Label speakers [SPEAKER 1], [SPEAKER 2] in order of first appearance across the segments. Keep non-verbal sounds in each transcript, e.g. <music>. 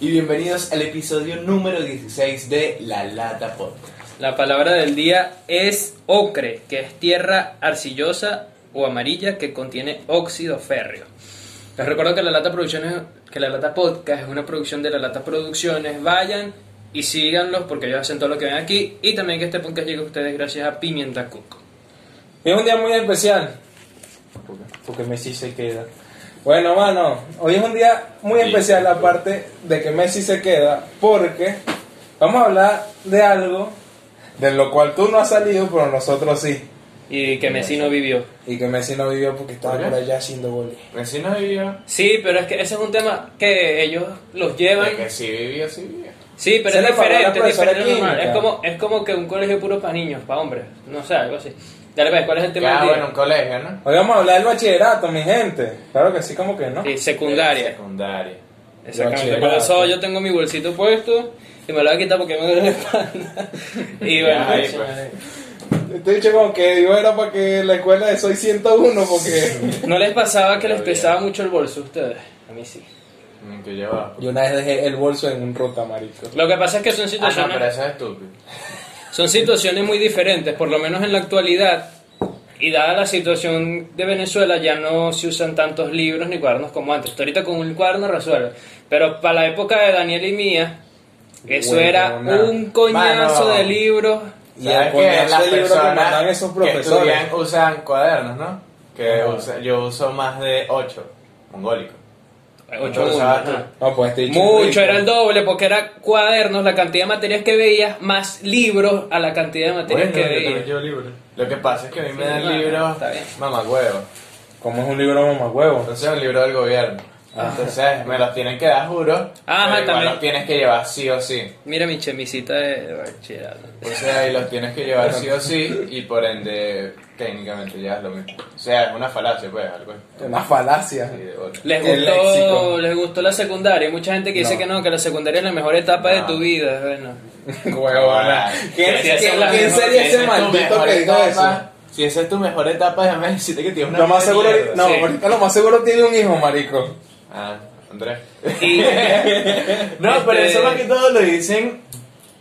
[SPEAKER 1] y bienvenidos al episodio número 16 de La Lata Podcast.
[SPEAKER 2] La palabra del día es ocre, que es tierra arcillosa o amarilla que contiene óxido férreo. Les recuerdo que la Lata Producciones, que la Lata Podcast es una producción de la Lata Producciones. Vayan y síganlos porque ellos hacen todo lo que ven aquí y también que este podcast llegue a ustedes gracias a Pimienta Cook.
[SPEAKER 3] Es un día muy especial. Porque Messi se queda. Bueno, mano, hoy es un día muy especial, aparte de que Messi se queda, porque vamos a hablar de algo de lo cual tú no has salido, pero nosotros sí.
[SPEAKER 2] Y que Messi no vivió.
[SPEAKER 3] Y que Messi no vivió porque estaba
[SPEAKER 1] ¿Por qué?
[SPEAKER 3] por allá haciendo goles.
[SPEAKER 1] Messi no vivía.
[SPEAKER 2] Sí, pero es que ese es un tema que ellos los llevan.
[SPEAKER 1] De que sí vivía, sí vivía.
[SPEAKER 2] Sí, pero
[SPEAKER 3] Se
[SPEAKER 2] es
[SPEAKER 3] le pagó a la
[SPEAKER 2] diferente, es
[SPEAKER 3] profesora
[SPEAKER 2] diferente normal.
[SPEAKER 3] química.
[SPEAKER 2] Es como, es como que un colegio puro para niños, para hombres. No sé, algo así. Dale, pues, ¿cuál es el tema
[SPEAKER 1] Ya,
[SPEAKER 2] del día?
[SPEAKER 1] ah, bueno, un colegio, ¿no?
[SPEAKER 3] Hoy vamos a hablar del bachillerato, mi gente. Claro que sí, como que no.
[SPEAKER 2] Sí, secundaria.
[SPEAKER 1] Secundaria.
[SPEAKER 2] Exactamente.
[SPEAKER 3] bachillerato.
[SPEAKER 2] Por eso yo tengo mi bolsito puesto y me lo voy a quitar porque me duele la espalda. <laughs> Y bueno,
[SPEAKER 1] Ay, pues.
[SPEAKER 2] eso.
[SPEAKER 3] Te he dicho como que digo era para que la escuela de Soy 101, porque...
[SPEAKER 2] ¿no les pasaba que les
[SPEAKER 1] Todavía.
[SPEAKER 2] pesaba mucho el bolso a ustedes? A mí sí.
[SPEAKER 1] Mm, Que llevaba.
[SPEAKER 3] Yo una vez dejé el bolso en un rotamarico.
[SPEAKER 2] Lo que pasa es que son
[SPEAKER 1] Ah, no,
[SPEAKER 2] situaciones,
[SPEAKER 1] pero eso es estúpido.
[SPEAKER 2] son situaciones muy diferentes, por lo menos en la actualidad. Y dada la situación de Venezuela, ya no se usan tantos libros ni cuadernos como antes. Ahorita con un cuaderno resuelve. Pero para la época de Daniel y mía, eso
[SPEAKER 3] Bueno,
[SPEAKER 2] era
[SPEAKER 3] nada.
[SPEAKER 2] un coñazo
[SPEAKER 1] Mano.
[SPEAKER 2] de libros.
[SPEAKER 3] Y
[SPEAKER 1] ¿Sabes
[SPEAKER 3] el
[SPEAKER 1] que
[SPEAKER 3] coñazo
[SPEAKER 1] las
[SPEAKER 3] de libro que
[SPEAKER 1] personas
[SPEAKER 3] mandan esos profesores?
[SPEAKER 1] estudian usan cuadernos, ¿no? Que
[SPEAKER 3] Ajá.
[SPEAKER 1] usa- yo uso más de 8, mongólico.
[SPEAKER 2] Ocho
[SPEAKER 1] Entonces,
[SPEAKER 2] uno,
[SPEAKER 1] ah,
[SPEAKER 2] ajá.
[SPEAKER 3] No, pues te he dicho
[SPEAKER 2] Mucho,
[SPEAKER 3] rico.
[SPEAKER 2] era el doble, porque era cuadernos, la cantidad de materias que veías, más libros a la cantidad de materias
[SPEAKER 1] Bueno,
[SPEAKER 2] que
[SPEAKER 1] yo
[SPEAKER 2] veías.
[SPEAKER 1] también llevo libros. Lo que pasa es que a mí me
[SPEAKER 2] Sí,
[SPEAKER 1] dan
[SPEAKER 2] bueno,
[SPEAKER 1] libros
[SPEAKER 2] está bien.
[SPEAKER 1] mamagüevo.
[SPEAKER 3] Como es un libro mamá huevo.
[SPEAKER 1] Entonces es un libro del gobierno. Entonces me los tienen que dar, juro.
[SPEAKER 2] Ajá,
[SPEAKER 1] pero igual
[SPEAKER 2] también.
[SPEAKER 1] los tienes que llevar sí o sí.
[SPEAKER 2] Mira mi chemisita de bachillerato.
[SPEAKER 1] O sea, y los tienes que llevar sí o sí y por ende técnicamente llevas lo mismo. O sea, es una falacia, pues, algo.
[SPEAKER 3] Una falacia.
[SPEAKER 1] así de bola.
[SPEAKER 2] Les
[SPEAKER 3] El léxico.
[SPEAKER 2] gustó, les gustó la secundaria. Hay mucha gente que dice
[SPEAKER 3] No.
[SPEAKER 2] que no, que la secundaria es la mejor etapa de
[SPEAKER 1] No.
[SPEAKER 2] tu vida.
[SPEAKER 1] <laughs>
[SPEAKER 2] Bueno,
[SPEAKER 3] <laughs> Huevona. ¿Quién,
[SPEAKER 2] Sí, esa es
[SPEAKER 3] quién-
[SPEAKER 2] la
[SPEAKER 3] quién
[SPEAKER 2] mejor,
[SPEAKER 3] sería
[SPEAKER 1] esa es
[SPEAKER 3] ese
[SPEAKER 1] tu
[SPEAKER 3] maldito
[SPEAKER 1] mejor
[SPEAKER 3] que dijo eso?
[SPEAKER 1] etapa, Si esa es tu mejor etapa, déjame decirte que tienes una
[SPEAKER 3] Lo más
[SPEAKER 1] vida
[SPEAKER 3] seguro,
[SPEAKER 1] de mierda.
[SPEAKER 3] no,
[SPEAKER 2] sí.
[SPEAKER 3] ahorita lo más seguro tiene un hijo, marico.
[SPEAKER 1] Ah, Andrés.
[SPEAKER 2] y
[SPEAKER 1] No,
[SPEAKER 2] Este-
[SPEAKER 1] pero eso más que todo lo dicen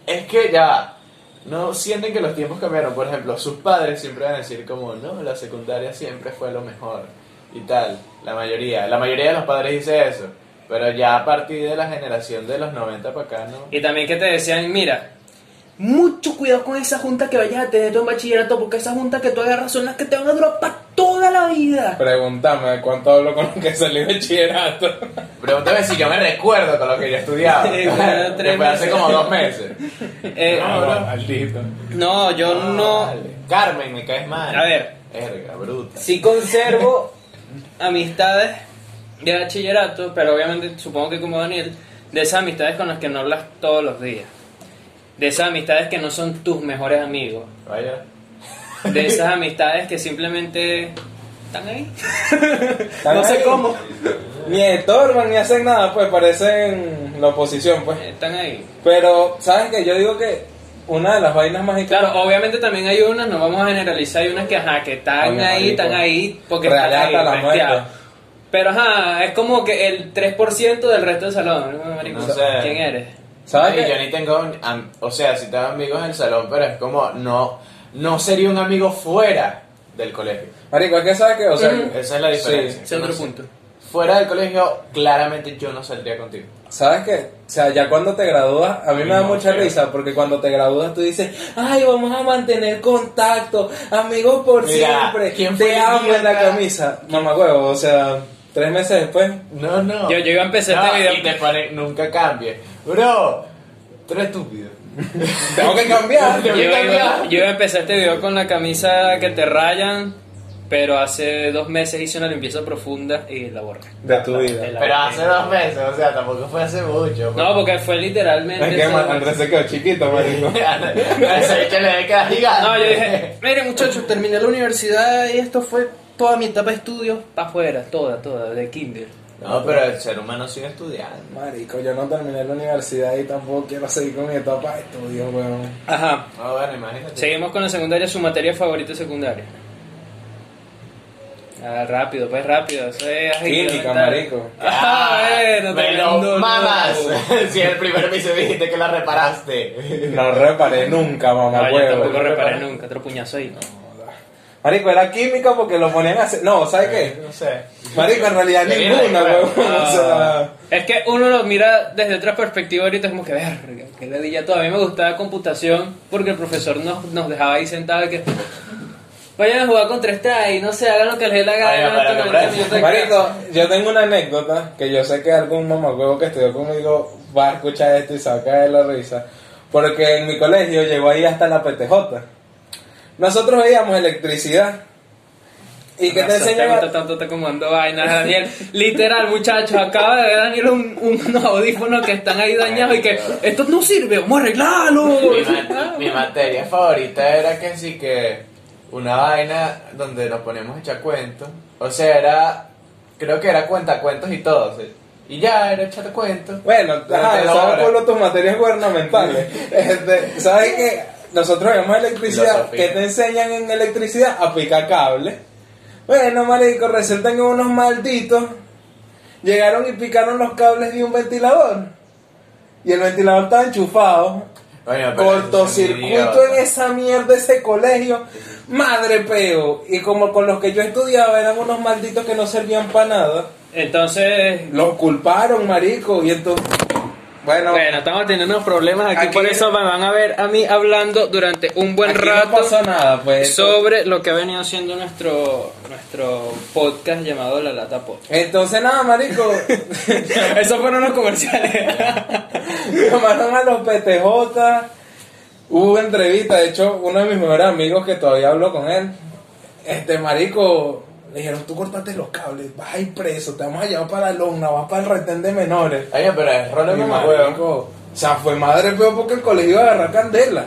[SPEAKER 1] es que ya va, no sienten que los tiempos cambiaron. Por ejemplo, sus padres siempre van a decir como, no, la secundaria siempre fue lo mejor y tal. La mayoría, la mayoría de los padres dice eso. Pero ya a partir de la generación de los 90 para acá, ¿no?
[SPEAKER 2] Y también que te decían, mira, mucho cuidado con esa junta que vayas a tener tú en bachillerato, porque esas juntas que tú agarras son las que te van a durar para toda la vida.
[SPEAKER 3] Pregúntame de cuánto hablo con lo que salí de bachillerato.
[SPEAKER 1] Pregúntame si yo me recuerdo con lo que yo estudiaba.
[SPEAKER 2] <laughs> Sí, bueno,
[SPEAKER 1] que
[SPEAKER 2] tres
[SPEAKER 1] fue hace
[SPEAKER 2] meses.
[SPEAKER 1] como dos meses.
[SPEAKER 2] Eh,
[SPEAKER 1] No, bro.
[SPEAKER 3] Ah, maldito.
[SPEAKER 2] no, yo no...
[SPEAKER 1] Vale. Carmen, me caes mal.
[SPEAKER 2] A ver.
[SPEAKER 1] Erga, bruta.
[SPEAKER 2] Sí conservo amistades de bachillerato, pero obviamente supongo que como Daniel, de esas amistades con las que no hablas todos los días. De esas amistades que no son tus mejores amigos.
[SPEAKER 1] Vaya.
[SPEAKER 2] De
[SPEAKER 3] <laughs>
[SPEAKER 2] esas amistades que simplemente están ahí. <laughs>
[SPEAKER 3] No sé cómo. Ni estorban ni hacen nada, pues parecen la oposición, pues.
[SPEAKER 2] Están ahí.
[SPEAKER 3] Pero, ¿saben qué? Yo digo que una de las vainas más
[SPEAKER 2] Claro, obviamente también hay unas, no vamos a generalizar, hay unas que ajá, que están
[SPEAKER 3] Coño,
[SPEAKER 2] ahí,
[SPEAKER 3] marico.
[SPEAKER 2] están ahí, porque
[SPEAKER 3] Real
[SPEAKER 2] están ahí,
[SPEAKER 3] hasta la muerte.
[SPEAKER 2] bestial. Pero ajá, es como que el 3% del resto del salón. ¿no, marico?
[SPEAKER 1] No sé.
[SPEAKER 2] ¿Quién eres?
[SPEAKER 3] ¿Sabes
[SPEAKER 1] Ay,
[SPEAKER 3] qué?
[SPEAKER 1] yo ni tengo, un am- o sea, si tengo amigos en el salón, pero es como, no, no sería un amigo fuera del colegio.
[SPEAKER 3] Marico, es que sabes que, o sea,
[SPEAKER 2] Mm.
[SPEAKER 1] Esa es la diferencia.
[SPEAKER 2] Ese es otro
[SPEAKER 1] No sé.
[SPEAKER 2] punto.
[SPEAKER 1] Fuera del colegio, claramente yo no saldría contigo.
[SPEAKER 3] ¿sabes qué? O sea, ya cuando te gradúas, a mí me da
[SPEAKER 1] No,
[SPEAKER 3] mucha
[SPEAKER 1] pero-
[SPEAKER 3] risa, porque cuando te gradúas tú dices, ay, vamos a mantener contacto, amigos por
[SPEAKER 1] Mira,
[SPEAKER 3] siempre,
[SPEAKER 1] ¿quién fue
[SPEAKER 3] te
[SPEAKER 1] el
[SPEAKER 3] amo en la
[SPEAKER 1] idiota?
[SPEAKER 3] camisa. Mamá huevo, o sea, tres meses después,
[SPEAKER 1] No, no.
[SPEAKER 2] Yo, yo iba a empezar
[SPEAKER 1] No,
[SPEAKER 2] este video.
[SPEAKER 1] y te pare- nunca cambie. Bro, tú eres estúpido.
[SPEAKER 3] tengo que cambiar.
[SPEAKER 2] Yo, yo- yo empecé este video con la camisa que te rayan, pero hace dos meses hice una limpieza profunda y la borré.
[SPEAKER 3] De tu vida.
[SPEAKER 2] De la
[SPEAKER 1] Pero
[SPEAKER 2] borré.
[SPEAKER 1] hace dos meses, o sea, tampoco fue hace mucho. <laughs>
[SPEAKER 2] No, porque fue literalmente.
[SPEAKER 3] Es que
[SPEAKER 2] esa-
[SPEAKER 3] Andrés se quedó chiquito, marico.
[SPEAKER 1] A ese bicho le queda gigante.
[SPEAKER 2] No, yo dije, mire muchachos, terminé la universidad y esto fue toda mi etapa de estudios para afuera, toda, toda, de kinder.
[SPEAKER 1] No, pero el ser humano sigue estudiando.
[SPEAKER 3] Marico, yo no terminé la universidad y tampoco quiero seguir con mi etapa de estudio, weón.
[SPEAKER 2] Ajá.
[SPEAKER 1] No, bueno, imagínate.
[SPEAKER 2] Seguimos con la secundaria, su materia favorita secundaria. Ah, rápido, pues rápido. Eso es agilidad
[SPEAKER 3] Química,
[SPEAKER 2] mental.
[SPEAKER 3] marico.
[SPEAKER 2] Ah, bueno,
[SPEAKER 1] me
[SPEAKER 2] tremendo,
[SPEAKER 1] lo
[SPEAKER 2] no.
[SPEAKER 1] mamas. <laughs> si el primer piso dijiste que la reparaste.
[SPEAKER 3] No reparé nunca, mamá,
[SPEAKER 2] No, yo
[SPEAKER 3] huevo.
[SPEAKER 2] tampoco reparé nunca, otro puñazo ahí.
[SPEAKER 3] Marico, era química porque lo ponían a hacer. No, ¿sabes qué?
[SPEAKER 1] No sé.
[SPEAKER 3] Marico, en realidad
[SPEAKER 1] Venía
[SPEAKER 3] ninguna,
[SPEAKER 1] de la
[SPEAKER 3] huevón.
[SPEAKER 1] escuela.
[SPEAKER 3] O sea,
[SPEAKER 2] Ah. Es que uno lo mira desde otra perspectiva ahorita, es como que, verga, que ladilla todo. A mí me gustaba computación porque el profesor nos, nos dejaba ahí sentados y que... Vayan a jugar contra esta y no sé, hagan lo que les dé la
[SPEAKER 1] Ay,
[SPEAKER 2] gana.
[SPEAKER 1] para
[SPEAKER 2] tomen
[SPEAKER 1] comprar.
[SPEAKER 2] el minuto de
[SPEAKER 3] Marico,
[SPEAKER 2] clase.
[SPEAKER 3] yo tengo una anécdota que yo sé que algún mamacuevo que estudió conmigo va a escuchar esto y se va a caer la risa. Porque en mi colegio llegó ahí hasta la PTJ. Nosotros veíamos electricidad. ¿Y qué te
[SPEAKER 2] Razón,
[SPEAKER 3] enseñaba?
[SPEAKER 2] gusta tanto te comando vainas, Daniel. Literal, muchachos, acaba de ver Daniel un- unos audífonos que están ahí dañados y que esto no sirve, vamos a arreglarlo.
[SPEAKER 1] mi, ma- mi materia favorita era que sí que una vaina donde nos poníamos a echar cuentos. O sea, era. Creo que era cuentacuentos y todo. ¿sí? Y ya, era echar cuentos.
[SPEAKER 3] Bueno,
[SPEAKER 1] Durante
[SPEAKER 3] ajá,
[SPEAKER 1] la
[SPEAKER 3] ¿sabes
[SPEAKER 1] hora.
[SPEAKER 3] por lo tus materias gubernamentales? <laughs> Este, ¿Sabes qué? Nosotros vemos electricidad.
[SPEAKER 1] Filosofía.
[SPEAKER 3] ¿Qué te enseñan en electricidad? A picar cable. Bueno, marico, resulta que unos malditos llegaron y picaron los cables de un ventilador. Y el ventilador estaba enchufado.
[SPEAKER 1] Bueno, pero eso
[SPEAKER 3] Cortocircuito
[SPEAKER 1] sí,
[SPEAKER 3] en esa mierda, ese colegio. Madre peo. Y como con los que yo estudiaba eran unos malditos que no servían para nada.
[SPEAKER 2] Entonces,
[SPEAKER 3] Los culparon, marico. Y entonces. Bueno,
[SPEAKER 2] bueno, estamos teniendo unos problemas aquí,
[SPEAKER 3] Aquí-
[SPEAKER 2] por eso me van a ver a mí hablando durante un buen
[SPEAKER 3] aquí
[SPEAKER 2] rato
[SPEAKER 3] No pasó nada, pues.
[SPEAKER 2] sobre lo que ha venido siendo nuestro, nuestro podcast llamado La Lata <laughs> Podcast.
[SPEAKER 3] Entonces, nada, marico. <laughs>
[SPEAKER 2] Esos fueron los comerciales. <laughs>
[SPEAKER 3] llamaron a los PTJ. Hubo entrevista. De hecho, uno de mis mejores amigos que todavía hablo con él. Este marico. Le dijeron, tú cortaste los cables, vas a ir preso, te vamos a llevar para la lona, vas para el retén de menores.
[SPEAKER 1] Oye, pero es rolo
[SPEAKER 3] Mi
[SPEAKER 1] mamá huevo.
[SPEAKER 3] marico, O sea, fue madre peo porque el colegio iba a agarrar candela.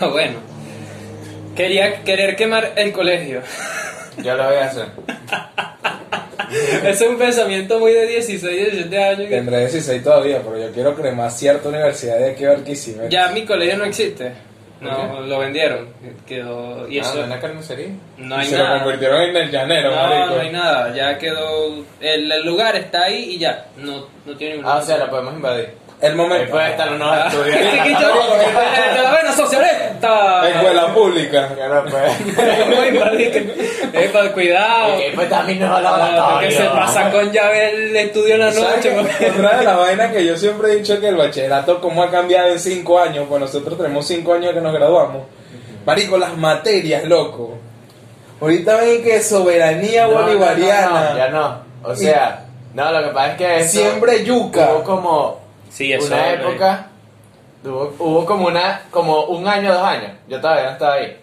[SPEAKER 2] Ah, bueno. Quería querer quemar el colegio. <laughs>
[SPEAKER 1] Yo lo voy a hacer.
[SPEAKER 2] Ese es un pensamiento muy de 16, 17 años. que-
[SPEAKER 3] Tendré 16 todavía, pero yo quiero cremar cierta universidad de aquí a Barquisimeto.
[SPEAKER 2] Ya mi colegio no existe. No,
[SPEAKER 1] ¿Por
[SPEAKER 2] lo vendieron. Quedó. Y
[SPEAKER 1] Ah,
[SPEAKER 2] eso.
[SPEAKER 1] ¿En la carnicería?
[SPEAKER 2] No
[SPEAKER 3] Y
[SPEAKER 2] hay
[SPEAKER 3] se lo
[SPEAKER 2] nada.
[SPEAKER 3] convirtieron en el llanero,
[SPEAKER 2] No,
[SPEAKER 3] marico.
[SPEAKER 2] no hay nada. Ya quedó. El, el lugar está ahí y ya. No, no tiene ningún.
[SPEAKER 1] Ah, o sea, la podemos invadir. Ah.
[SPEAKER 3] El
[SPEAKER 1] Ahí
[SPEAKER 3] momento.
[SPEAKER 1] puede estar unos
[SPEAKER 2] <laughs>
[SPEAKER 1] estudiantes.
[SPEAKER 2] Eh, ¡Bueno, socialista!
[SPEAKER 3] Escuela pública.
[SPEAKER 1] Claro, pues.
[SPEAKER 2] Voy a invadir que- Epa, cuidado.
[SPEAKER 1] Y pues también no
[SPEAKER 2] Ah,
[SPEAKER 1] hablaba
[SPEAKER 2] Que se pasa con llave el estudio en la
[SPEAKER 3] ¿Sabes
[SPEAKER 2] noche.
[SPEAKER 3] qué?
[SPEAKER 2] porque-
[SPEAKER 3] Otra de las vainas que yo siempre he dicho es que el bachillerato como ha cambiado en cinco años, pues nosotros tenemos cinco años que nos graduamos. Marico, las materias, loco. Ahorita ven que soberanía bolivariana,
[SPEAKER 1] Ya no. O sea, no, lo que pasa es que. eso-
[SPEAKER 3] siempre yuca.
[SPEAKER 1] Hubo como
[SPEAKER 2] Sí, eso.
[SPEAKER 1] una
[SPEAKER 2] eh.
[SPEAKER 1] época, hubo, hubo como una como un año, dos años, yo todavía no estaba ahí.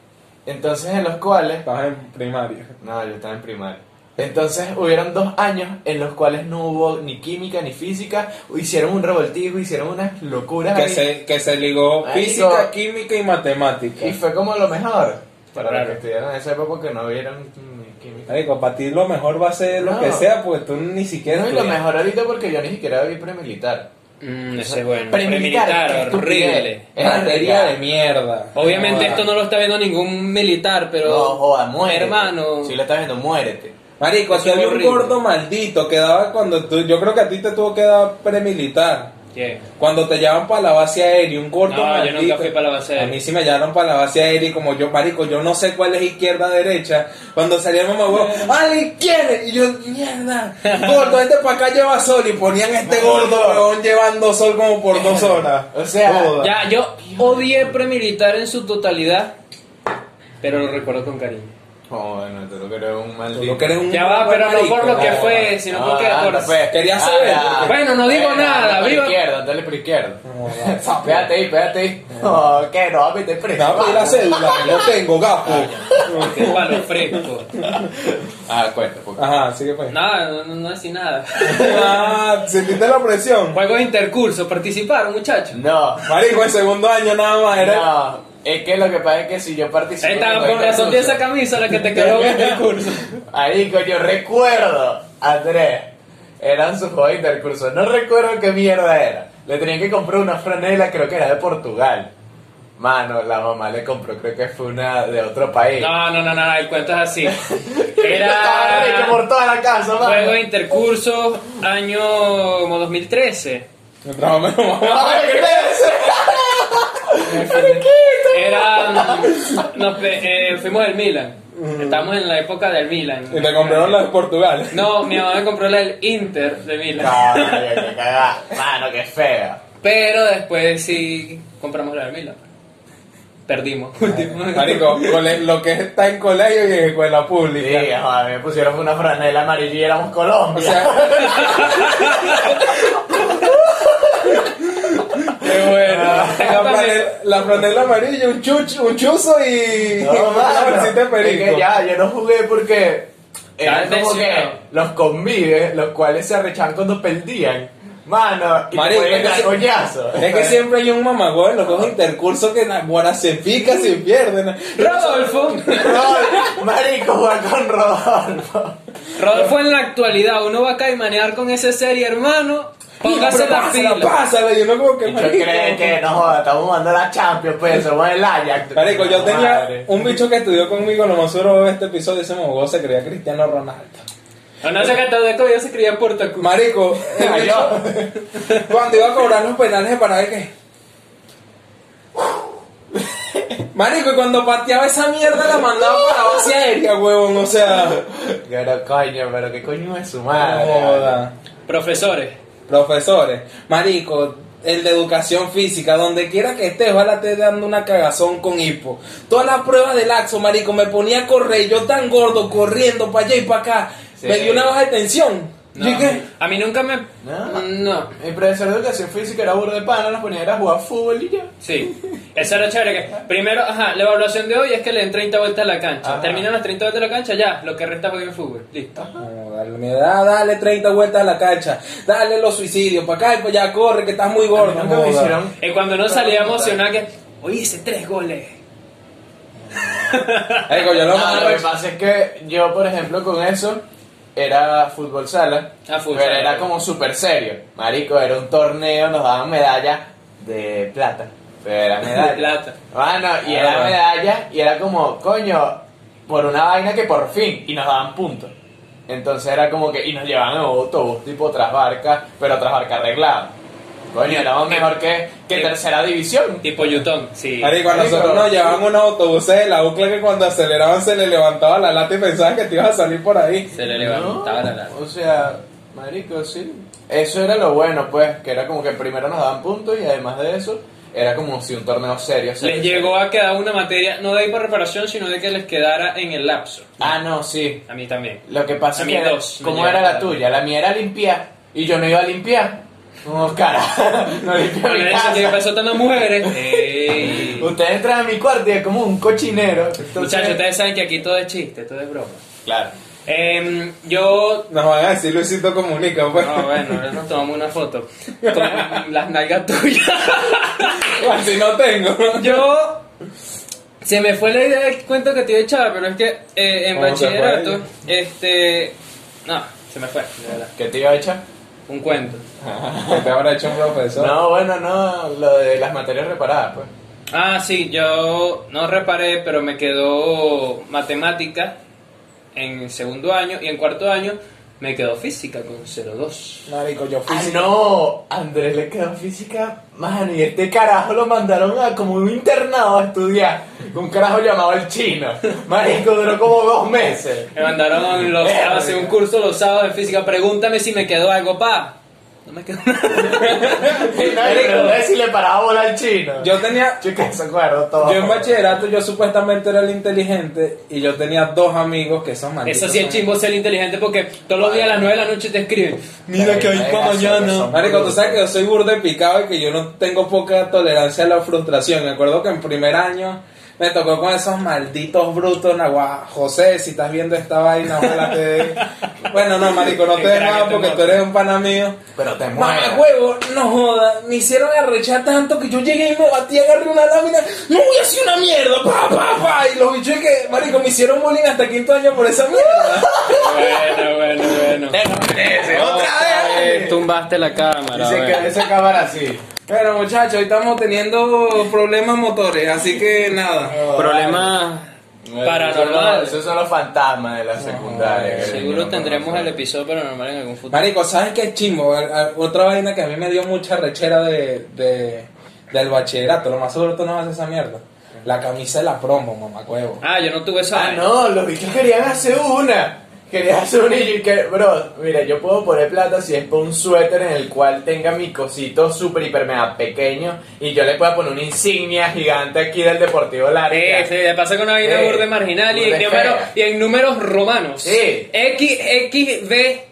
[SPEAKER 1] Entonces en los cuales,
[SPEAKER 3] Estás en primaria.
[SPEAKER 1] no, yo estaba en primaria. Entonces hubieron dos años en los cuales no hubo ni química ni física, hicieron un revoltijo, hicieron unas locuras
[SPEAKER 3] Que
[SPEAKER 1] ahí,
[SPEAKER 3] se, que se ligó
[SPEAKER 1] Marico.
[SPEAKER 3] física, química y matemática.
[SPEAKER 1] y fue como lo mejor para
[SPEAKER 2] Claro.
[SPEAKER 1] los que estudiaron en esa época porque no vieron mm, química.
[SPEAKER 3] Marico, para ti lo mejor va a ser lo
[SPEAKER 1] No.
[SPEAKER 3] que sea, porque tú ni siquiera...
[SPEAKER 1] No, y lo
[SPEAKER 3] estudias.
[SPEAKER 1] mejor ahorita porque yo ni siquiera vi premilitar.
[SPEAKER 2] Mm, ese es bueno.
[SPEAKER 1] Premilitar,
[SPEAKER 2] Premilitar,
[SPEAKER 1] qué estupidez.
[SPEAKER 2] horrible.
[SPEAKER 1] Es
[SPEAKER 3] Materia
[SPEAKER 1] material.
[SPEAKER 3] de mierda.
[SPEAKER 2] Obviamente
[SPEAKER 3] Joda.
[SPEAKER 2] esto no lo está viendo ningún militar, pero...
[SPEAKER 1] no, joda, muérete.
[SPEAKER 2] Hermano.
[SPEAKER 1] Si lo estás viendo, muérete.
[SPEAKER 3] Marico, aquí
[SPEAKER 2] Eso
[SPEAKER 3] había
[SPEAKER 2] es
[SPEAKER 3] un
[SPEAKER 2] horrible.
[SPEAKER 3] gordo maldito que daba cuando tú, yo creo que a ti te tuvo que dar premilitar.
[SPEAKER 2] ¿Qué?
[SPEAKER 3] Cuando te llevan para la base aérea, un gordo
[SPEAKER 2] No, yo
[SPEAKER 3] maldito.
[SPEAKER 2] nunca fui pa' la base
[SPEAKER 3] A
[SPEAKER 2] aérea.
[SPEAKER 3] mí sí me llevaron para la base aérea y como yo, marico, yo no sé cuál es izquierda derecha. Cuando salía el mamá, huevo, ¡a la izquierda! Y yo, mierda, gordo, este para acá lleva sol. Y ponían a este gordo, huevón, llevando sol como por dos horas.
[SPEAKER 1] O sea,
[SPEAKER 3] Joda.
[SPEAKER 2] Ya, yo odié premilitar en su totalidad, pero lo recuerdo con cariño.
[SPEAKER 1] Joder, no, tú lo que eres un
[SPEAKER 3] Tú
[SPEAKER 1] maldito.
[SPEAKER 3] lo que eres un
[SPEAKER 2] Ya va, pero no por lo que
[SPEAKER 3] marico,
[SPEAKER 2] fue, sino porque...
[SPEAKER 1] anda,
[SPEAKER 2] por-
[SPEAKER 1] pues.
[SPEAKER 3] Quería saber, porque-
[SPEAKER 2] Bueno, no digo nada,
[SPEAKER 1] Dale
[SPEAKER 2] viva-
[SPEAKER 1] por izquierda, dale por
[SPEAKER 2] <laughs>
[SPEAKER 1] izquierda.
[SPEAKER 3] No,
[SPEAKER 1] <laughs>
[SPEAKER 3] no.
[SPEAKER 1] Pégate ahí, pégate ahí. No, que no, me te preso.
[SPEAKER 3] No, pues, la cédula, lo tengo, gapo.
[SPEAKER 2] Qué palo fresco.
[SPEAKER 1] Ah, cuenta, porque.
[SPEAKER 3] Ajá, sigue pues.
[SPEAKER 2] Nada, no, no, no así nada.
[SPEAKER 3] <laughs> Ah, sentiste la presión.
[SPEAKER 2] Juegos de intercurso, participaron muchachos.
[SPEAKER 1] No,
[SPEAKER 3] Marico, en segundo año nada más era.
[SPEAKER 1] no. Es que lo que pasa es que si yo participé.
[SPEAKER 2] Ahí está,
[SPEAKER 1] en
[SPEAKER 2] con razón de esa camisa la que te quedó en el curso.
[SPEAKER 1] Ahí, coño, recuerdo. Andrés. Eran sus juegos del curso. No recuerdo qué mierda era. Le tenían que comprar una franela, creo que era de Portugal. Mano, la mamá le compró, creo que fue una de otro país.
[SPEAKER 2] No, no, no, no, el cuento es así.
[SPEAKER 1] Estaba derecho
[SPEAKER 2] Era
[SPEAKER 1] por toda la casa, mano.
[SPEAKER 2] juego de intercursos, año como 2013.
[SPEAKER 3] Mientras más o menos vamos
[SPEAKER 1] ¡Ay,
[SPEAKER 3] <laughs>
[SPEAKER 1] qué
[SPEAKER 2] Era. Nos, pe- eh, fuimos al Milan. Estábamos en la época del Milan.
[SPEAKER 3] Y te compraron las de Portugal.
[SPEAKER 2] No, mi mamá me compró la del Inter de
[SPEAKER 1] Ah,
[SPEAKER 2] Milan.
[SPEAKER 1] Cabrón, qué cagada. Mano, qué fea.
[SPEAKER 2] Pero después sí compramos la del Milan. Perdimos. Último.
[SPEAKER 3] Marico, cole- lo que está en colegio y en escuela pública.
[SPEAKER 1] Sí, joder, me pusieron una franela amarilla y éramos
[SPEAKER 3] O
[SPEAKER 1] Colombia.
[SPEAKER 3] sea,
[SPEAKER 2] Qué bueno.
[SPEAKER 3] Ah, la franela, la franela amarilla, un, chuch, un chuzo y
[SPEAKER 1] No,
[SPEAKER 3] <laughs> una
[SPEAKER 1] mano,
[SPEAKER 3] bolsita de
[SPEAKER 1] es que
[SPEAKER 3] perico.
[SPEAKER 1] ya, yo no jugué porque eran
[SPEAKER 2] Estaban
[SPEAKER 1] como que
[SPEAKER 2] lesionados.
[SPEAKER 1] los convives, los cuales se arrechaban cuando perdían. Mano, y
[SPEAKER 3] Marico,
[SPEAKER 1] fue
[SPEAKER 3] es que
[SPEAKER 1] el
[SPEAKER 3] se-
[SPEAKER 1] coñazo.
[SPEAKER 3] Es que siempre hay un mamagüey en los juegos intercursos que la guara se pica, se pierden.
[SPEAKER 2] Rodolfo.
[SPEAKER 1] Rol, marico, jugar con Rodolfo.
[SPEAKER 2] Rodolfo en la actualidad. Uno va a caimanear con esa serie, hermano. Póngase la
[SPEAKER 3] pásala,
[SPEAKER 2] pila.
[SPEAKER 3] pásala. Y uno como que.
[SPEAKER 1] Y yo creo que no joda, estamos jugando la Champions, pues somos el Ajax.
[SPEAKER 3] Marico, yo tenía
[SPEAKER 1] Madre.
[SPEAKER 3] un bicho que estudió conmigo, lo más seguro de este episodio, ese mogó se creía Cristiano Ronaldo.
[SPEAKER 2] No, No sé qué tal de yo se creía en Puerto
[SPEAKER 1] <laughs>
[SPEAKER 2] Cruz.
[SPEAKER 3] Marico, el
[SPEAKER 1] Ah,
[SPEAKER 3] bicho- cuando iba a cobrar los penales para ver qué. Marico, y cuando pateaba esa mierda la mandaba para la base aérea, huevón, o sea.
[SPEAKER 1] Pero coño, pero qué coño es su madre.
[SPEAKER 3] Joda.
[SPEAKER 2] Profesores.
[SPEAKER 3] Profesores, marico, el de educación física, donde quiera que estés, ojalá estés dando una cagazón con hipo. Todas las pruebas del laxo, marico, me ponía a correr, yo tan gordo, corriendo para allá y para acá.
[SPEAKER 1] Sí.
[SPEAKER 3] Me dio una baja de tensión.
[SPEAKER 2] No,
[SPEAKER 3] Yo dije,
[SPEAKER 2] A mí nunca me.
[SPEAKER 1] No.
[SPEAKER 2] no.
[SPEAKER 1] Mi profesor de educación física era burro de pana, nos ponía a jugar fútbol y ya.
[SPEAKER 2] Sí, eso era chévere. Que primero, ajá, la evaluación de hoy es que le den 30 vueltas a la cancha.
[SPEAKER 1] Ajá.
[SPEAKER 2] Terminan las 30 vueltas a la cancha, ya, lo que resta fue en fútbol. Listo.
[SPEAKER 3] No, dale, mira, da- dale 30 vueltas a la cancha, dale los suicidios, para acá y para allá, corre, que estás muy gordo.
[SPEAKER 1] A mí nunca me
[SPEAKER 3] joda.
[SPEAKER 1] hicieron.
[SPEAKER 2] Y cuando uno salía emocionado, que, oye, hice tres goles.
[SPEAKER 3] Marico, yo lo
[SPEAKER 1] No,
[SPEAKER 3] mando-
[SPEAKER 1] lo que pasa es que yo, por ejemplo, con eso era fútbol sala,
[SPEAKER 2] Ah, fútbol
[SPEAKER 1] pero
[SPEAKER 2] sala.
[SPEAKER 1] era como súper serio. Marico, era un torneo, nos daban medalla de plata, pero era medalla.
[SPEAKER 2] De plata.
[SPEAKER 1] Mano, y
[SPEAKER 3] Ah,
[SPEAKER 1] era
[SPEAKER 3] bueno.
[SPEAKER 1] medalla, y era como, coño, por una vaina que por fin, y nos daban puntos. Entonces era como que, y nos llevaban en autobús tipo tras barca, pero tras barca arreglada. Coño, éramos mejor que, que
[SPEAKER 2] Sí.
[SPEAKER 1] tercera división.
[SPEAKER 2] Tipo Yutón, sí.
[SPEAKER 3] <laughs> Marico, a
[SPEAKER 1] Marico.
[SPEAKER 3] nosotros nos llevaban unos autobuses de ¿eh? la UCLA que cuando aceleraban se le levantaba la lata y pensaban que te ibas a salir por ahí.
[SPEAKER 2] Se le levantaba la lata.
[SPEAKER 1] O sea, marico, sí. Eso era lo bueno, pues, que era como que primero nos daban puntos y además de eso, era como si un torneo serio. serio,
[SPEAKER 2] Les
[SPEAKER 1] serio.
[SPEAKER 2] llegó a quedar una materia, no de ahí por reparación, sino de que les quedara en el lapso.
[SPEAKER 1] Ah, no, sí.
[SPEAKER 2] A mí también.
[SPEAKER 1] Lo que pasa
[SPEAKER 2] A
[SPEAKER 1] es
[SPEAKER 2] mí
[SPEAKER 1] que,
[SPEAKER 2] dos, me
[SPEAKER 1] ¿cómo
[SPEAKER 2] llegaron
[SPEAKER 1] era la
[SPEAKER 2] también.
[SPEAKER 1] tuya? La mía era limpiar y yo no iba a limpiar. No, cara, <laughs> no limpiaba mi
[SPEAKER 2] Bueno,
[SPEAKER 1] casa.
[SPEAKER 2] eso que empezó tanto las mujeres. Ey.
[SPEAKER 1] Ustedes entran a mi cuarto y es como un cochinero. Entonces-
[SPEAKER 2] Muchachos, ustedes saben que aquí todo es chiste, todo es broma.
[SPEAKER 1] Claro.
[SPEAKER 2] Em, yo
[SPEAKER 3] Nos van a decir Luisito Comunica, pues.
[SPEAKER 2] No, bueno, ahora nos tomamos una foto con las nalgas tuyas.
[SPEAKER 3] <laughs>
[SPEAKER 2] <laughs>
[SPEAKER 3] Así no tengo.
[SPEAKER 2] Yo. Se me fue la idea del cuento que te iba a echar, pero es que eh, en
[SPEAKER 3] ¿Cómo se fue?
[SPEAKER 2] bachillerato, este. No, se me fue, de verdad.
[SPEAKER 1] ¿Qué te iba a echar?
[SPEAKER 2] Un cuento.
[SPEAKER 3] Que te habrá hecho un profesor.
[SPEAKER 1] No, bueno, no, lo de las materias reparadas, pues.
[SPEAKER 2] Ah, sí, yo no reparé, pero me quedó matemática en segundo año y en cuarto año me quedó física con 02.
[SPEAKER 3] Marico, yo
[SPEAKER 1] Ah,
[SPEAKER 3] físico.
[SPEAKER 1] no, Andrés le quedó física, mano, y este carajo lo mandaron a como un internado a estudiar. con Un carajo llamado el chino. Marico duró como dos meses.
[SPEAKER 2] Me mandaron los
[SPEAKER 1] Verga.
[SPEAKER 2] sábados, un curso los sábados de física. Pregúntame si me quedó algo, pa. No me quedó nada.
[SPEAKER 1] Y nadie le
[SPEAKER 2] <laughs>
[SPEAKER 1] preguntó si le paraba bola al chino.
[SPEAKER 3] Yo tenía.
[SPEAKER 1] Chicas, se acuerdo todo.
[SPEAKER 3] Yo en bachillerato yo supuestamente era el inteligente y yo tenía dos amigos que son malditos.
[SPEAKER 2] Eso sí es
[SPEAKER 3] son-
[SPEAKER 2] chimbo ser inteligente porque todos los días a las 9 de la noche te escriben.
[SPEAKER 1] Mira que hoy pa' mañana.
[SPEAKER 3] Marico, tú sabes que yo soy burda y picado y que yo no tengo poca tolerancia a la frustración. Me acuerdo que en primer año me tocó con esos malditos brutos, Nahuá. José, si estás viendo esta vaina, ojalá te dé. <laughs> Bueno, no, Marico, no
[SPEAKER 2] Qué
[SPEAKER 3] te dé
[SPEAKER 2] crack,
[SPEAKER 3] nada
[SPEAKER 2] este
[SPEAKER 3] porque
[SPEAKER 2] mozo.
[SPEAKER 3] tú eres un pana mío.
[SPEAKER 1] Pero te
[SPEAKER 3] Mamá
[SPEAKER 1] muero.
[SPEAKER 3] huevo, no joda, me hicieron arrechar tanto que yo llegué y me batí, agarré una lámina, no voy a hacer una mierda, pa, pa, pa, y los bichos que, marico, me hicieron bullying hasta quinto año por esa mierda.
[SPEAKER 2] Bueno, bueno, bueno.
[SPEAKER 1] Otra vez.
[SPEAKER 2] Tumbaste la cámara.
[SPEAKER 1] Dice que esa cámara así.
[SPEAKER 3] Pero muchachos, hoy estamos teniendo problemas motores, así que nada.
[SPEAKER 2] Problemas
[SPEAKER 1] No,
[SPEAKER 2] Paranormal. Ah,
[SPEAKER 1] Esos son los fantasmas de la secundaria. que
[SPEAKER 2] Seguro
[SPEAKER 1] vinieron
[SPEAKER 2] tendremos
[SPEAKER 1] con
[SPEAKER 2] el
[SPEAKER 1] nosotros.
[SPEAKER 2] episodio paranormal en algún futuro.
[SPEAKER 3] Marico, ¿sabes qué chimbo? A- a- Otra vaina que a mí me dio mucha rechera de, de- del bachillerato. Lo más seguro tú no haces esa mierda. La camisa de la promo, mamacuevo.
[SPEAKER 2] Ah, yo no tuve esa.
[SPEAKER 1] Ah,
[SPEAKER 2] vaina.
[SPEAKER 1] no, los bichos querían hacer una. Querían hacer una y yo que, bro, mira, yo puedo poner plata si es por un suéter en el cual tenga mi cosito super hiper mega pequeño y yo le pueda poner una insignia gigante aquí del Deportivo
[SPEAKER 2] Sí,
[SPEAKER 1] Lara.
[SPEAKER 2] sí, de paso con una vida
[SPEAKER 1] Sí.
[SPEAKER 2] burda y marginal y en,
[SPEAKER 1] Burda y
[SPEAKER 2] número-
[SPEAKER 1] fea.
[SPEAKER 2] y en números romanos.
[SPEAKER 1] Sí.
[SPEAKER 2] X, X, B.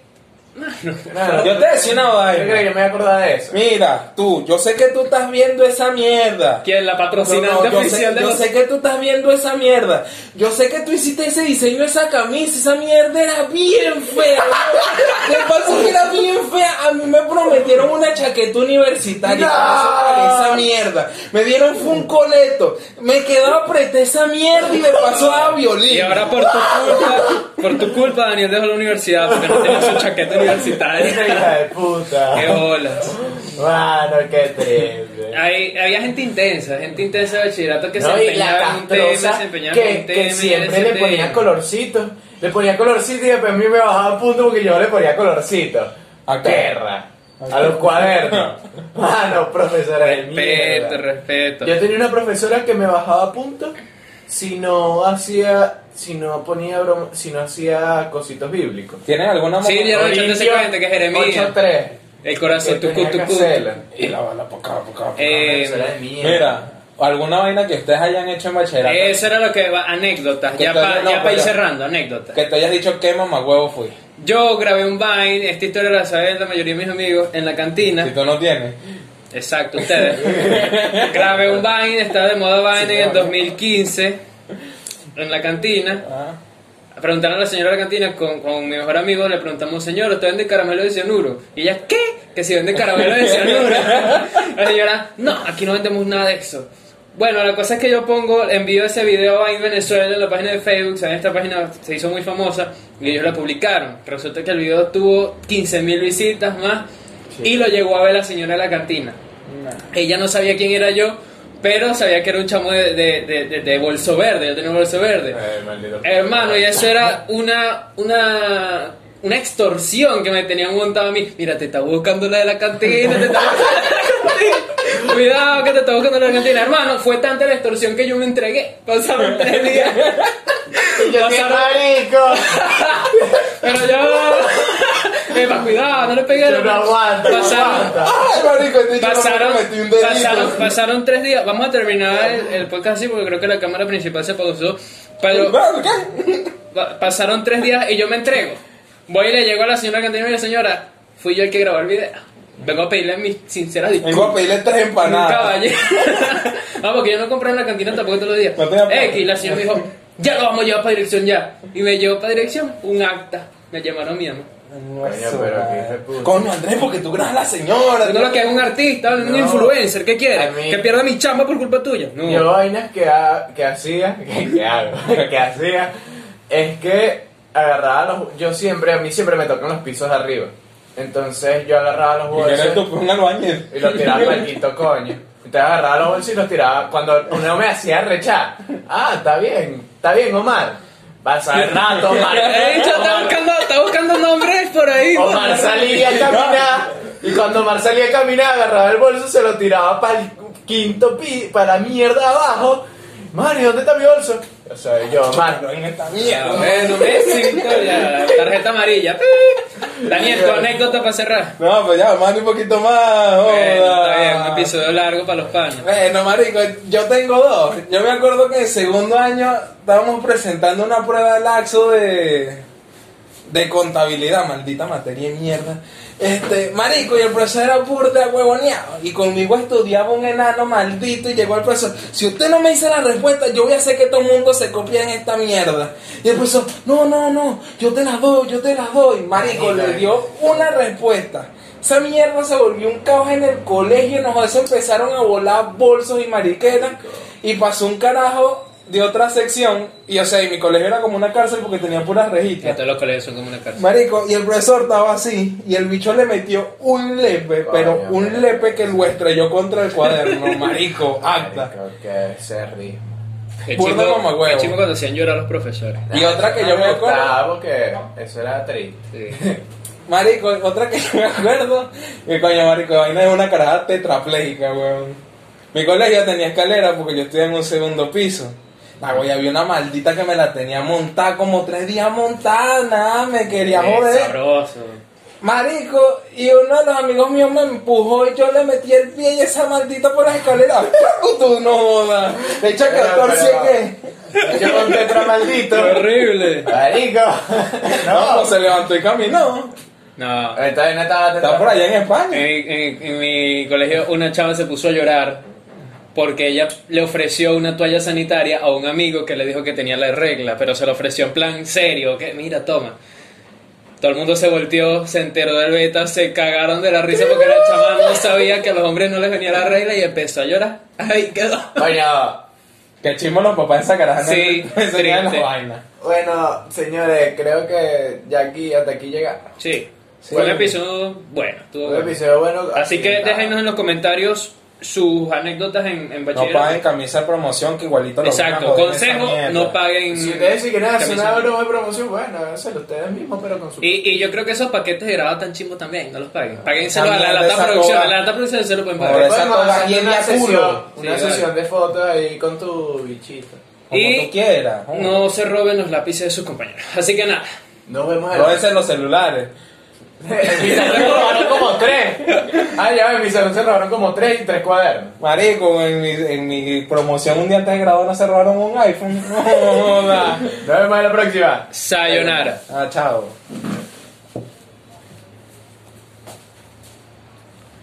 [SPEAKER 1] Claro.
[SPEAKER 3] Yo te decía una
[SPEAKER 1] Yo creo que
[SPEAKER 3] vaina.
[SPEAKER 1] yo me voy a acordar de eso.
[SPEAKER 3] Mira, tú, yo sé que tú estás viendo esa mierda.
[SPEAKER 2] ¿Quién? La
[SPEAKER 3] No, no,
[SPEAKER 2] patrocinante
[SPEAKER 3] yo,
[SPEAKER 2] oficial
[SPEAKER 3] sé,
[SPEAKER 2] de
[SPEAKER 3] yo
[SPEAKER 2] los-
[SPEAKER 3] sé que tú estás viendo esa mierda. Yo sé que tú hiciste ese diseño, esa camisa, esa mierda era bien fea.
[SPEAKER 2] <laughs>
[SPEAKER 3] ¿no? De paso que era bien fea. A mí me prometieron una chaqueta universitaria.
[SPEAKER 1] No.
[SPEAKER 3] con esa- Esa mierda. Me dieron fue un coleto. Me quedaba apreté esa mierda y me pasó a violín.
[SPEAKER 2] Y ahora por tu culpa, por tu culpa Daniel dejó la universidad porque no tenía su chaqueta universitaria.
[SPEAKER 1] Hija de puta.
[SPEAKER 2] Qué bolas.
[SPEAKER 1] Mano, qué triste.
[SPEAKER 2] Hay- había gente intensa, gente intensa de bachillerato que
[SPEAKER 1] No,
[SPEAKER 2] se
[SPEAKER 1] y la
[SPEAKER 2] empeñaba en un tema, se
[SPEAKER 1] castrosa
[SPEAKER 2] empeñaba en
[SPEAKER 1] que,
[SPEAKER 2] un tema.
[SPEAKER 1] que siempre
[SPEAKER 2] ese
[SPEAKER 1] le
[SPEAKER 2] tema.
[SPEAKER 1] ponía colorcito. Le ponía colorcito y después a mí me bajaba punto porque yo le ponía colorcito.
[SPEAKER 3] Acá.
[SPEAKER 1] Perra.
[SPEAKER 3] Acá.
[SPEAKER 1] A
[SPEAKER 2] <laughs>
[SPEAKER 1] los cuadernos. Mano, profesora de
[SPEAKER 2] Respeto,
[SPEAKER 1] mierda.
[SPEAKER 2] respeto.
[SPEAKER 1] Yo tenía una profesora que me bajaba punto si no hacía, si no ponía broma, si no hacía cositos bíblicos.
[SPEAKER 3] ¿Tienes alguna
[SPEAKER 2] Sí, ya no echándose
[SPEAKER 1] Corintios
[SPEAKER 2] cuenta que Jeremías.
[SPEAKER 1] 8:3.
[SPEAKER 2] El corazón,
[SPEAKER 1] Que
[SPEAKER 2] tu
[SPEAKER 1] tenía
[SPEAKER 2] cu, tu
[SPEAKER 1] que
[SPEAKER 2] cu.
[SPEAKER 1] hacerla.
[SPEAKER 3] Y la bala poca, poca, poca.
[SPEAKER 2] Eh,
[SPEAKER 1] Profesora de mierda.
[SPEAKER 3] Mira, alguna vaina que ustedes hayan hecho en bachillerato.
[SPEAKER 2] Eso era lo que va, anécdotas,
[SPEAKER 3] Que
[SPEAKER 2] ya
[SPEAKER 3] todavía
[SPEAKER 2] para
[SPEAKER 3] no,
[SPEAKER 2] ir
[SPEAKER 3] pero-
[SPEAKER 2] cerrando, anécdotas.
[SPEAKER 3] Que te hayas dicho que mamagüevo fui.
[SPEAKER 2] Yo grabé un Vine, esta historia la saben la mayoría de mis amigos, en la
[SPEAKER 3] Si
[SPEAKER 2] cantina.
[SPEAKER 3] tú no tienes.
[SPEAKER 2] Exacto, ustedes. grabé un Vine, estaba de moda Vine en el 2015, en la cantina.
[SPEAKER 3] Ah.
[SPEAKER 2] Preguntaron a la señora de la cantina con, con mi mejor amigo, le preguntamos, señor, ¿usted vende caramelo de cianuro? Y ella, ¿qué? Que si vende caramelo de cianuro. la señora, no, aquí no vendemos nada de eso. Bueno, la cosa es que yo pongo, envío ese video a en Venezuela en la página de Facebook, ¿saben? Esta página se hizo muy famosa y ellos la publicaron. Resulta que el video tuvo 15.000 visitas más y lo llegó a ver la señora de la cantina. Ella no sabía quién era yo, pero sabía que era un chamo de, de, de- de- de bolso verde, yo tenía un bolso verde.
[SPEAKER 1] Eh, maldito.
[SPEAKER 2] Hermano, y eso era una, una, una extorsión que me tenían montado a mí. Mira, te está buscando la de la cantina, te está buscando la de la cantina. <laughs> Cuidado que te está buscando la de la cantina. Hermano, fue tanta la extorsión que yo me entregué. Pasaron tres días.
[SPEAKER 1] Y yo qué
[SPEAKER 2] Pasaron-
[SPEAKER 1] marico.
[SPEAKER 2] Pero yo... <laughs> Epa, cuidado, no le pegué.
[SPEAKER 1] Yo no aguanto, no
[SPEAKER 2] Pasaron...
[SPEAKER 1] aguanto.
[SPEAKER 3] Ay, marico, este chico
[SPEAKER 2] Pasaron,
[SPEAKER 3] cometí un delito.
[SPEAKER 2] pasaron, pasaron tres días. Vamos a terminar el, el podcast así porque creo que la cámara principal se pausó. Pero
[SPEAKER 3] Bueno, ¿qué?
[SPEAKER 2] Pa- Pasaron tres días y yo me entrego. Voy y le llego a la señora cantina y le digo, señora, fui yo el que grabó el video. Vengo a pedirle mis sinceras disculpas.
[SPEAKER 3] Vengo a pedirle tres
[SPEAKER 2] Un
[SPEAKER 1] <laughs>
[SPEAKER 3] empanadas.
[SPEAKER 2] caballero. no, porque yo no compré en la cantina tampoco todos los días.
[SPEAKER 3] No tenía plan.
[SPEAKER 2] X, y la señora me dijo, ya lo vamos a llevar para dirección ya. Y me llevó para dirección un acta. Me llamaron mi mamá.
[SPEAKER 3] No,
[SPEAKER 1] Coño,
[SPEAKER 3] eso,
[SPEAKER 1] pero
[SPEAKER 3] madre.
[SPEAKER 1] qué hijo de puta.
[SPEAKER 3] Coño, Andrés, porque tú grabas a la señora.
[SPEAKER 2] No lo que es un artista, un
[SPEAKER 1] No.
[SPEAKER 2] influencer, ¿qué
[SPEAKER 1] A
[SPEAKER 2] quiere?
[SPEAKER 1] mí-
[SPEAKER 2] Que pierda mi chamba por culpa tuya.
[SPEAKER 1] <laughs>
[SPEAKER 2] No.
[SPEAKER 1] Yo vainas que, ha- que hacía, <laughs> que, que hago, que hacía, es que agarraba los... Yo siempre, a mí siempre me tocan los pisos de arriba. Entonces yo agarraba los
[SPEAKER 3] Y que eres tú,
[SPEAKER 1] bolsos
[SPEAKER 3] pues, un albañil.
[SPEAKER 1] y los tiraba para el quinto coño. Entonces agarraba los bolsos y los tiraba cuando uno me hacía rechar. Ah, está bien, está bien, Omar. Vas a ver rato, Omar.
[SPEAKER 2] He dicho, está
[SPEAKER 1] Omar,
[SPEAKER 2] buscando, está buscando nombres por ahí.
[SPEAKER 1] Omar salía a caminar y cuando Omar salía a caminar agarraba el bolso, se lo tiraba para el quinto pi, para mierda abajo. Mario, ¿dónde está mi bolso? O sea, yo, Omar.
[SPEAKER 3] Pero en esta
[SPEAKER 2] Ya,
[SPEAKER 3] mierda.
[SPEAKER 2] Ah, Bueno, Messi, Victoria, tarjeta amarilla. Daniel, tu anécdota para cerrar.
[SPEAKER 3] No, pues ya, manda un poquito más.
[SPEAKER 2] Bueno,
[SPEAKER 3] joda.
[SPEAKER 2] está bien, un episodio largo para los panes.
[SPEAKER 3] Bueno, marico, yo tengo dos. Yo me acuerdo que en segundo año estábamos presentando una prueba de laxo de, de contabilidad, maldita materia de mierda. Este, marico, y el profesor era burda huevoneado. Y conmigo estudiaba un enano maldito y llegó el profesor. Si usted no me dice la respuesta, yo voy a hacer que todo el mundo se copie en esta mierda. Y el profesor, no, no, no, yo te la doy, yo te la doy. Marico, le dio una respuesta. Esa mierda se volvió un caos en el colegio, nos empezaron a volar bolsos y mariqueras y pasó un carajo de otra sección y o sea, y mi colegio era como una cárcel porque tenía puras
[SPEAKER 2] Que
[SPEAKER 3] rejitas.
[SPEAKER 2] todos los colegios son como una cárcel.
[SPEAKER 3] Marico, y el profesor estaba así, y el bicho le metió un lepe, pero
[SPEAKER 1] Coño,
[SPEAKER 3] un
[SPEAKER 1] marico.
[SPEAKER 3] lepe que lo estrelló contra el cuaderno, marico, acta.
[SPEAKER 1] Marico, qué cerdi.
[SPEAKER 2] Qué
[SPEAKER 3] Burda
[SPEAKER 2] chimbo-
[SPEAKER 3] mamagüevo.
[SPEAKER 2] qué chimbo cuando hacían llorar los profesores.
[SPEAKER 3] Y otra que
[SPEAKER 1] Ah, no
[SPEAKER 3] yo me acuerdo-
[SPEAKER 1] gustaba porque eso era triste.
[SPEAKER 3] <laughs>
[SPEAKER 2] Sí.
[SPEAKER 3] Marico, otra que <laughs> yo me acuerdo, que coño, marico, vaina es una carajada tetrapléjica, weón. Mi colegio tenía escalera porque yo estudiaba en un segundo piso. La güey, había una maldita que me la tenía montada como tres días montada, nada, me quería
[SPEAKER 2] Eh,
[SPEAKER 3] joder.
[SPEAKER 2] Sabroso.
[SPEAKER 3] Marico, y uno de los amigos míos me empujó y yo le metí el pie y esa maldita por las escaleras. <laughs> ¡Tú no jodas! Le echa
[SPEAKER 1] Pero,
[SPEAKER 3] 14
[SPEAKER 1] pero-
[SPEAKER 3] que.
[SPEAKER 1] Yo con tetra maldito.
[SPEAKER 2] Qué horrible.
[SPEAKER 1] Marico.
[SPEAKER 3] No,
[SPEAKER 1] No.
[SPEAKER 3] <laughs> se levantó y caminó.
[SPEAKER 2] No.
[SPEAKER 1] Esta vaina estaba
[SPEAKER 3] Está por allá en España.
[SPEAKER 2] En, en- en mi colegio una chava se puso a llorar porque ella le ofreció una toalla sanitaria a un amigo que le dijo que tenía la regla, pero se lo ofreció en plan serio, que mira, toma. Todo el mundo se volteó, se enteró del beta, se cagaron de la risa porque la chama no sabía que a los hombres no les venía la regla y empezó a llorar. Ahí quedó.
[SPEAKER 1] Coño.
[SPEAKER 3] Que chismo los papás de esa carajada.
[SPEAKER 2] Sí,
[SPEAKER 3] <laughs> me enseñaban las
[SPEAKER 2] triste.
[SPEAKER 3] vainas.
[SPEAKER 1] Bueno, señores, creo que ya aquí, hasta aquí llega.
[SPEAKER 2] Sí.
[SPEAKER 1] Sí.
[SPEAKER 2] Fue un episodio bueno. estuvo
[SPEAKER 1] Un
[SPEAKER 2] bueno.
[SPEAKER 1] episodio bueno.
[SPEAKER 2] Así que
[SPEAKER 1] nada.
[SPEAKER 2] déjenos en los comentarios sus anécdotas en, en
[SPEAKER 3] No
[SPEAKER 2] bachillerato.
[SPEAKER 3] paguen camisa de promoción que igualito lo van a
[SPEAKER 2] Exacto,
[SPEAKER 3] joder en
[SPEAKER 2] consejo,
[SPEAKER 3] esa mierda.
[SPEAKER 2] no paguen.
[SPEAKER 1] Si ustedes si quieren hacer
[SPEAKER 2] camisa.
[SPEAKER 1] una broma de promoción, bueno, háganselo ustedes mismos, pero con su.
[SPEAKER 2] Y, y yo creo que esos paquetes de grabado tan chimbo también, no los paguen. Páguenselo a
[SPEAKER 3] También
[SPEAKER 2] la
[SPEAKER 3] de
[SPEAKER 2] lata
[SPEAKER 3] esa
[SPEAKER 2] producción, a
[SPEAKER 3] coba.
[SPEAKER 2] la lata producción se lo pueden
[SPEAKER 3] Por
[SPEAKER 2] pagar.
[SPEAKER 3] eso-
[SPEAKER 1] Podemos
[SPEAKER 3] toda
[SPEAKER 1] hacer
[SPEAKER 3] llena
[SPEAKER 1] una
[SPEAKER 3] de
[SPEAKER 1] sesión,
[SPEAKER 3] culo.
[SPEAKER 1] una
[SPEAKER 2] Sí, vale.
[SPEAKER 1] sesión de fotos ahí con tu bichito.
[SPEAKER 3] Como
[SPEAKER 2] Y-
[SPEAKER 3] tú quieras.
[SPEAKER 2] No se roben los lápices de sus compañeros. Así que nada.
[SPEAKER 1] Nos vemos en
[SPEAKER 3] Róbense los celulares.
[SPEAKER 1] <laughs> Mi salón se robaron como tres. Ah, ya ves, mi salón se robaron como tres y tres cuadernos.
[SPEAKER 3] Marico, en mi, en mi promoción un día antes de graduar no se robaron un iPhone. No, joda.
[SPEAKER 1] Nos vemos en la próxima.
[SPEAKER 2] Sayonara.
[SPEAKER 3] ah, chao.